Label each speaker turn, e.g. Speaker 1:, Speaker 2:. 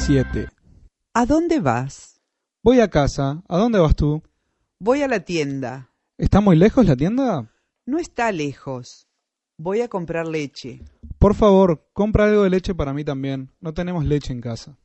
Speaker 1: 7.
Speaker 2: ¿A dónde vas?
Speaker 1: Voy a casa. ¿A dónde vas tú?
Speaker 2: Voy a la tienda.
Speaker 1: ¿Está muy lejos la tienda?
Speaker 2: No está lejos. Voy a comprar leche.
Speaker 1: Por favor, compra algo de leche para mí también. No tenemos leche en casa.